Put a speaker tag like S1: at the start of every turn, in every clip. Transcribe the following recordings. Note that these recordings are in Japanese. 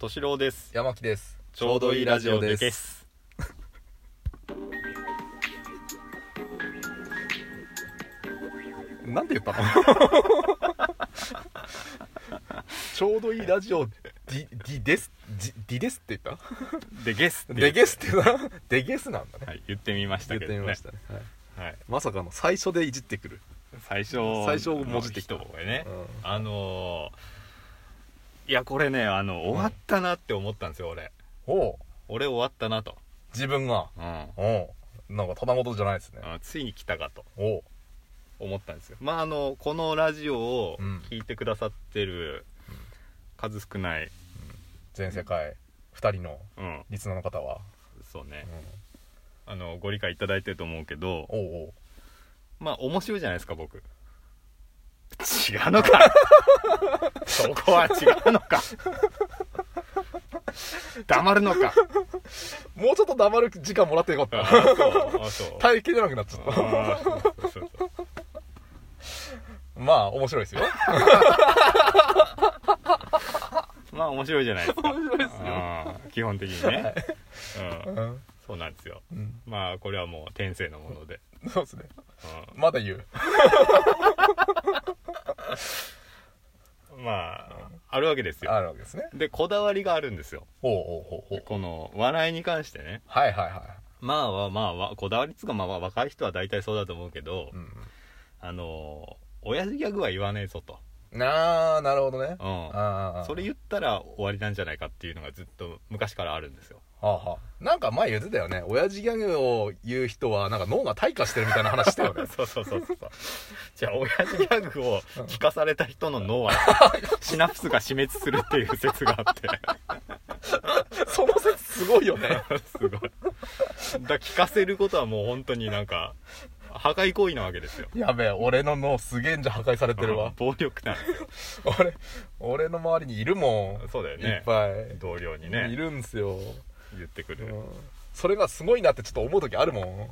S1: 敏郎です
S2: 山木です
S1: ちょうどいいラジオでゲす
S2: なんで言ったの ちょうどいいラジオディディですディディですって言っ
S1: でゲス
S2: たデゲスって言うなデゲスなんだね
S1: はい、言ってみました
S2: 言っ
S1: けど
S2: て
S1: ね
S2: みましたね、はい、
S1: はい、
S2: まさかの最初でいじってくる、
S1: 最初
S2: 最初文字ってきた
S1: の人がね、
S2: うん
S1: あのーいやこれねあの終わったなって思ったんですよ俺
S2: おう
S1: 俺終わったなと、
S2: 自分が
S1: うん
S2: おうなんかただごとじゃないですね
S1: あついに来たかと
S2: おう
S1: 思ったんですよまああのこのラジオを
S2: うん
S1: 聞いてくださってる数少ない
S2: 全世界2人の
S1: うん
S2: リスナーの方は、
S1: そう
S2: う
S1: ね
S2: ん、
S1: あのご理解いただいてると思うけど
S2: おうおう
S1: まあ面白いじゃないですか僕違うの かそこは違うのか黙るのか
S2: もうちょっと黙る時間もらってよか
S1: あ
S2: った
S1: そうあそう
S2: 耐えきれなくなっちゃった
S1: あそうそうそう
S2: まあ面白いですよ
S1: まあ面白いじゃないですか
S2: 面白いですよ
S1: あー基本的にね、う、
S2: うん ん、
S1: そうなんですよ
S2: うん、
S1: まあこれはもう天性のもので、
S2: そうですね
S1: う、
S2: まだ言うん
S1: まああるわけですよ
S2: あるわけですね
S1: でこだわりがあるんですよ
S2: ほうほうほうほう
S1: この笑いに関してね
S2: はいはいはい
S1: まあまあまあわこだわりっつうかまあまあ若い人は大体そうだと思うけど、
S2: う
S1: あのー親父ギャグは言わねえぞと、
S2: んああなるほどね
S1: うん、
S2: ああ
S1: それ言ったら終わりなんじゃないかっていうのがずっと昔からあるんですよ
S2: はあはあなんか前言ってたよね親父ギャグを言う人はなんか脳が退化してるみたいな話した よね
S1: そうそうそうそうそうじゃあ親父ギャグを聞かされた人の 脳はシナプスが死滅するっていう説があって
S2: その説すごいよね
S1: すごいだから聞かせることはもう本当になんか破壊行為なわけですよ
S2: やべえ俺の脳すげえんじゃ破壊されてるわ
S1: 暴力なんですよ
S2: 俺俺の周りにいるもん
S1: そうだよ
S2: い
S1: ね
S2: っぱい
S1: 同僚に
S2: い
S1: ね
S2: るんすよ
S1: 言ってく
S2: う
S1: る
S2: んそれがすごいなってちょっと思う時あるもん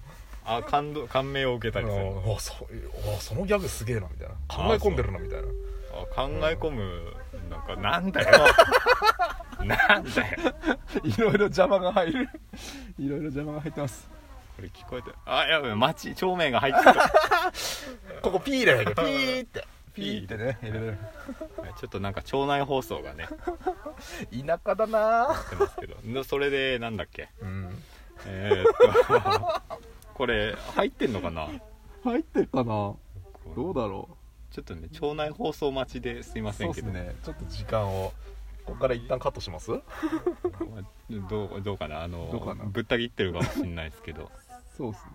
S1: あ感動感銘を受けたりする
S2: うんうわそううわそのギャグすげえなみたいな考え込んでるなみたいな
S1: あ考え込むなんかなんだよ なんだよ
S2: いろいろ邪魔が入るいろいろ邪魔が入ってます
S1: これ聞こえてあやべ町正面が入ってきたは
S2: ここピー だよピーって
S1: ピーって
S2: ね入れる
S1: いちょっとなんか町内放送がね
S2: 田舎だな
S1: 出ますけどのそれでなんだっけ
S2: うん
S1: えー、っ とこれ入ってんのかな
S2: 入ってるかなど
S1: だ
S2: だろ
S1: ちょっとね町内放送待ちですいうませ
S2: そうんで
S1: け
S2: す
S1: ど
S2: ねちょっと時間をここから一旦カットします
S1: まあどうどうかなあの
S2: どうかな
S1: ぶった切ってるかもしれないですけど
S2: そうですね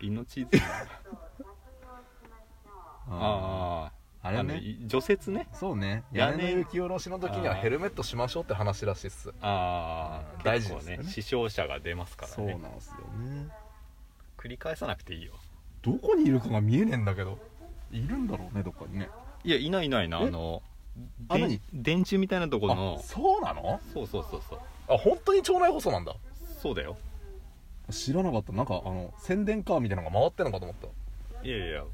S1: 命綱あ
S2: あああ
S1: あ
S2: れ
S1: あの
S2: ね
S1: い除雪ね
S2: そうね
S1: 屋
S2: 屋
S1: 根
S2: 根の雪下ろしの時には
S1: あー
S2: ヘルメットしましょうって話らしいっす
S1: ああ
S2: 大事です
S1: ね
S2: よね
S1: 死傷者が出ますからね
S2: んですよね
S1: 繰り返さなくていいよ
S2: どこにいるかが見えねえんだけどいるんだろうねどっかにね
S1: いやいないいないな
S2: え
S1: あの
S2: あ
S1: でん
S2: 何
S1: 電柱みたいなとこ
S2: あ
S1: の
S2: そうなの
S1: そうそうそうそう
S2: あ本当に町内放送なんだ
S1: そうだよ
S2: 知らなかったなんかあの宣伝カーみたいなのが回ってんのかと思った
S1: いやいや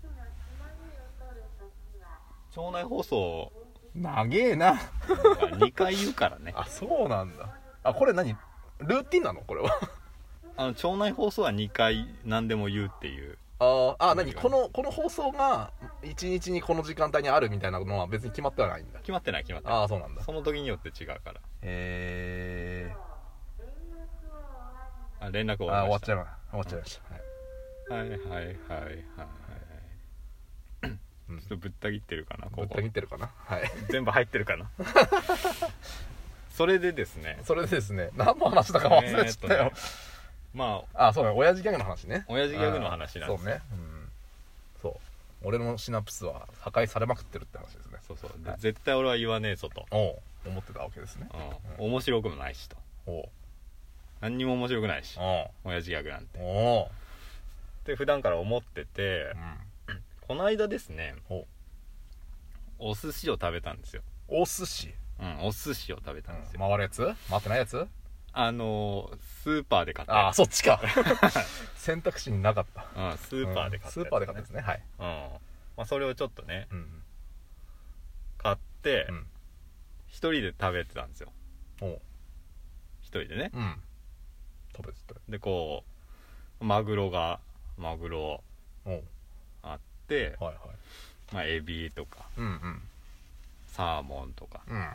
S1: 町内放送
S2: 長えな
S1: が2回言うから ね
S2: あそうなんだあこれ何ルーティンなのこれ は
S1: あの町内放送は2回何でも言うっていう
S2: あーあ
S1: 何
S2: 何このこの放送が1日にこの時間帯にあるみたいなのは別に決まってはないんだ
S1: 決まってない決まってな
S2: ああそうなんだ
S1: いその時によって違うから
S2: へえ
S1: あ連絡終
S2: あ
S1: わり
S2: ー終わ
S1: ま
S2: っ
S1: し
S2: ち
S1: た
S2: ゃいました終わっちゃいました、はい
S1: はいはいはいはいはい
S2: うん
S1: ちょっとぶった切ってるかな
S2: ぶ
S1: こ
S2: っ
S1: こ
S2: た切ってるかなはい
S1: 全部入ってる かなそれでですね
S2: それでですね何の話だか忘れちゃった
S1: えー
S2: よ
S1: っ、とねまあ
S2: あそうね親父ギャグの話ね
S1: 親父ギャグの話なんです
S2: あーそうねうんそう俺のシナプスは破壊されまくってるって話ですね
S1: そうそう、で絶対俺は言わねえぞと、
S2: おう思ってたわけですね
S1: うん面白くもないしと
S2: おう
S1: 何にも面白くないし
S2: お
S1: 親父ギャグなんて
S2: うおう
S1: で普段から思ってて、この間ですね
S2: お
S1: お寿司を食べたんですよ、
S2: お寿司、
S1: うん、お寿司を食べたんですよ、
S2: 回るやつ回ってないやつ
S1: あのースーパーで買った
S2: あ
S1: や
S2: あ
S1: つ
S2: そっち か選択肢になかった
S1: うん、スーパーで買ったやつ、
S2: うんスーパーで買ったやつねはい、
S1: うんまあ、それをちょっとね
S2: うん
S1: 買って、
S2: うん
S1: 一人で食べてたんですよ
S2: おう
S1: 一人でね
S2: うん食べてたよ
S1: でこうマグロがマグロ
S2: おう
S1: あって、
S2: はいはい
S1: まあ、エビとか
S2: うんうん
S1: サーモンとか
S2: うん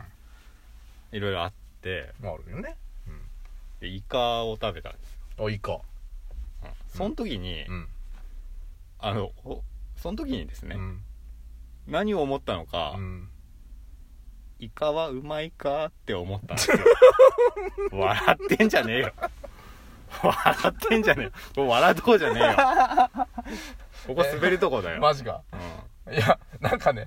S1: いろいろあって
S2: あるよね
S1: でイカを食べたんですよ、
S2: うんあいいか
S1: うん、その時に、
S2: うん
S1: あのおその時にです
S2: う
S1: ね、
S2: ん
S1: 何を思ったのか、
S2: うん
S1: イカはうまいかって思ったんで すよ笑ってんじゃねえよ笑ってんじゃねえよこれ笑うとこじゃねえよここ滑るとこだよ、
S2: マジか
S1: うん、イ
S2: いやなんかね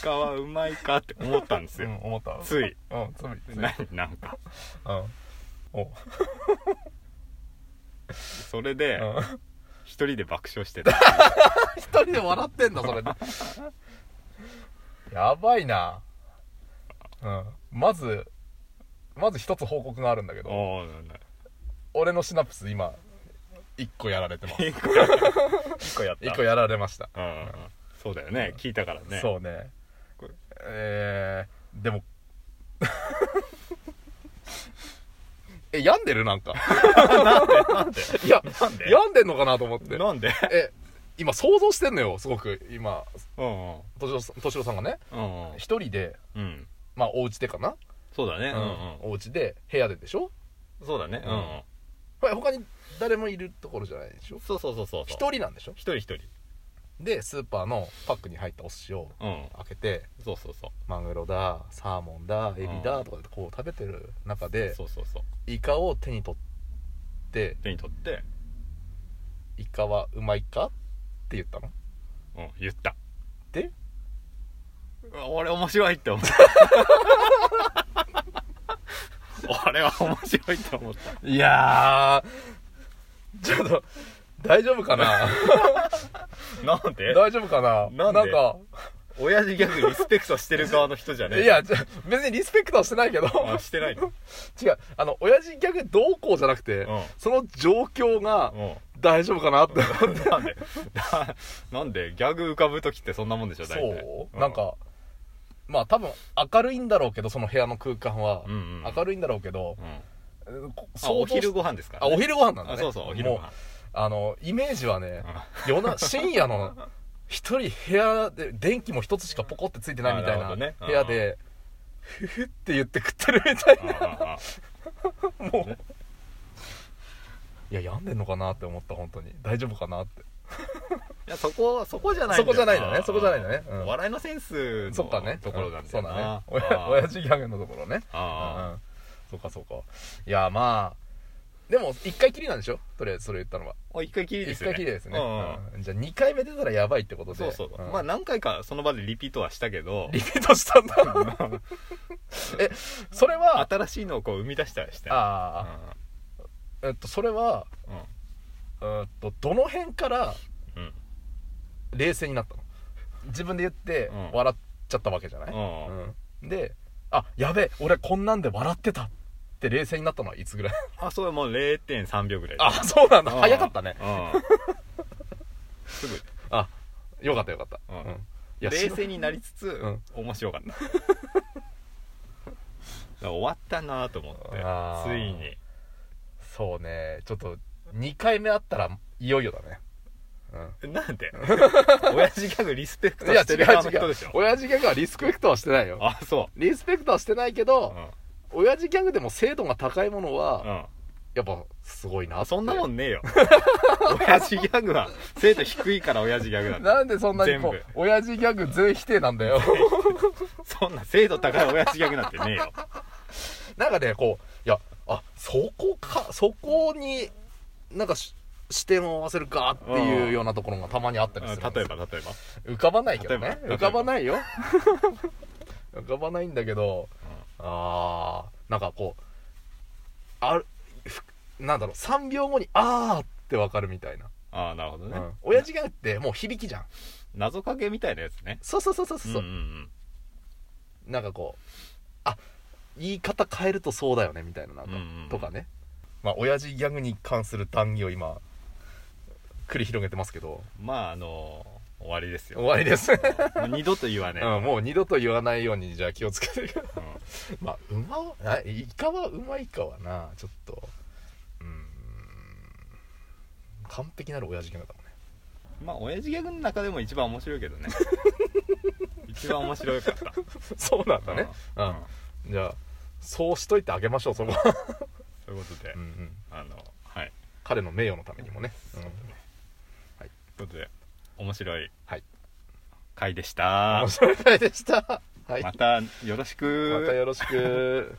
S1: カはうまいかって思ったんです
S2: うん
S1: よ、
S2: 思った
S1: つい
S2: うんついつい
S1: 何なんか
S2: うんおう
S1: それで
S2: うん
S1: 一人で爆笑してた
S2: 一人で笑ってんだそれで やばいなうんまずまず一つ報告があるんだけど
S1: おおなんだ
S2: 俺のシナプス今一個やられて ます
S1: 一個やった一個やった
S2: 一個やられました
S1: うんうんうんそうだよね聞いたからね
S2: そうね
S1: これ
S2: えー、でも え病んでるなん かいや
S1: なんで
S2: 病んでんのかなと思って
S1: なんで
S2: え今想像してんのよすごく今
S1: うんうん
S2: 敏郎さん敏郎さんがね
S1: うんうん
S2: 一人で
S1: うん
S2: まあお家でかな、
S1: そうだねうん
S2: お家で部屋ででしょ
S1: うんそうだねうんうん
S2: ほ他に誰もいるところじゃないでしょ
S1: そうそうそうそうそう
S2: 一人なんでしょ
S1: 一人一人
S2: でスーパーのパックに入ったお寿司を
S1: うん
S2: 開けて
S1: そうそうそう
S2: マグロだサーモンだエビ
S1: う
S2: だ
S1: ん
S2: とかってこう食べてる中で
S1: そうそうそう
S2: イカを手に取って
S1: 手に取って
S2: 「イカはうまいか?」って言ったの
S1: うん言った
S2: で
S1: うわ俺面白いって思った 俺は面白いって思った
S2: いやーちょっと大丈夫かな
S1: なんで
S2: 大丈夫かな
S1: なんで
S2: なんか
S1: 親父ギャグリスペクトしてる側の人じゃねえ
S2: いや、ちょ別にリスペクトはしてないけど、
S1: あしてないの
S2: 違う、あの、親父ギャグどうこうじゃなくて、
S1: うん
S2: その状況が
S1: うん
S2: 大丈夫かなって。
S1: なんでななんでギャグ浮かぶ時ってそんなもんでし ょ大体
S2: そうなんか、まあ多分明るいんだろうけど、その部屋の空間は。
S1: うんうんうん
S2: 明るいんだろうけど、
S1: うん
S2: こ
S1: あお昼
S2: ご飯
S1: ご飯ですから
S2: あ、お
S1: ね
S2: 昼ご飯なんだ
S1: あ
S2: ね。
S1: そうそうお昼ご
S2: もう
S1: 飯
S2: あの、イメージはね
S1: うん、
S2: 夜な、深夜の、一人部屋で、電気も一つしかポコってついてないみたい
S1: あなる
S2: な
S1: ほどね
S2: 部屋で、ふふって言って食ってるみたい
S1: あ
S2: な。
S1: ああ
S2: もういや病んでんのかなって思った本当に大丈夫かなって
S1: いやそこそこじゃないんだよ
S2: そこじゃないんだねそこじゃないんだねうん
S1: お笑いのセンスの
S2: そっかね
S1: ところなんだよな
S2: そうだね
S1: あー
S2: 親親父ギャグのところねうん
S1: あ
S2: うんそうかそうかいやまあでも1回きりなんでしょとりあえずそれ言ったのは
S1: あ一回きりで
S2: 1
S1: すよ
S2: 回
S1: ね
S2: きりですね
S1: うん
S2: うんじゃあ2回目出たらやばいってことで
S1: そうそう
S2: うん
S1: まあ何回かその場でリピートはしたけど
S2: リピートした んだえそれは
S1: 新しいのをこう生み出したりして
S2: ああえっとそれは
S1: うん
S2: えっとどの辺から
S1: うん
S2: 冷静になったの自分で言って
S1: うん
S2: 笑っちゃったわけじゃない、
S1: うん
S2: うんであやべえ俺こんなんで笑ってたって冷静になったのは いつぐらい
S1: あそれもう0.3秒ぐらい
S2: あそうなんだ
S1: うん
S2: 早かったね
S1: うんすぐ
S2: あよかったよかった、
S1: うん
S2: いや
S1: 冷
S2: し
S1: 静になりつつ
S2: ん
S1: 面白かっただから終わったなと思って
S2: あー
S1: ついに
S2: そうねちょっと2回目あったらいよいよだね
S1: なん で親父ギャグリスペク
S2: うん、
S1: トしてる側の人でしょ
S2: 親父ギャグはリスペクトはしてないよ
S1: あそ
S2: リスペクトはしてないけ
S1: う、う
S2: ど、
S1: ん
S2: 親父ギャグでも精度が高いものは、
S1: うん、
S2: やっぱすごいな
S1: あそんなも
S2: ん
S1: んねえ よ親父ギャグは精度低いから親父ギャグなんだ
S2: なんでそんなに
S1: 全
S2: こ
S1: 部
S2: う親父ギャグ全否定なんだよ
S1: そんな精度高い親父ギャグなんてねえ よ
S2: なんかね、こう、いや、あ、そこか、そこに、なんかし視点を合わせるかっていうようなところがたまにあったりするんです
S1: 例え
S2: よ。
S1: ば例えば
S2: 浮かばないけどね。
S1: 例えば
S2: 浮かばないよ。浮かばないんだけど、あー、なんかこう、ある、ふなんだろう、3秒後に、あーってわかるみたいな。
S1: ああなるほどね、
S2: うん親父ギャグってもう響きじゃん。
S1: 謎かけみたいなやつね
S2: そうそうそうそうそう。
S1: んん
S2: なんかこう、あ、言い方変えるとそうだよね、みたいな、なんか、
S1: うんうんうん
S2: とかね。まあ、親父ギャグに関する談義を今、繰り広げてますけど、
S1: うんまああの終わりですよ
S2: 終わりです、
S1: もう二度と言わねえ、
S2: うん、もう二度と言わないようにじゃあ気をつけて
S1: うん
S2: まあ馬はあイカはうまいかはなちょっとうーん完璧なる親父ギャグだもんね
S1: まあ親父ギャグの中でも一番面白いけどね一番面白かった
S2: そうなんだねう
S1: うん
S2: ん、じゃあそうしといてあげましょうそこは、
S1: そういうことで、
S2: うんうん、
S1: あのはい
S2: 彼の名誉のためにもね、うん
S1: ということで面白い
S2: はい
S1: 回でした
S2: 面白い回でしたはい、
S1: またよろしく
S2: またよろしく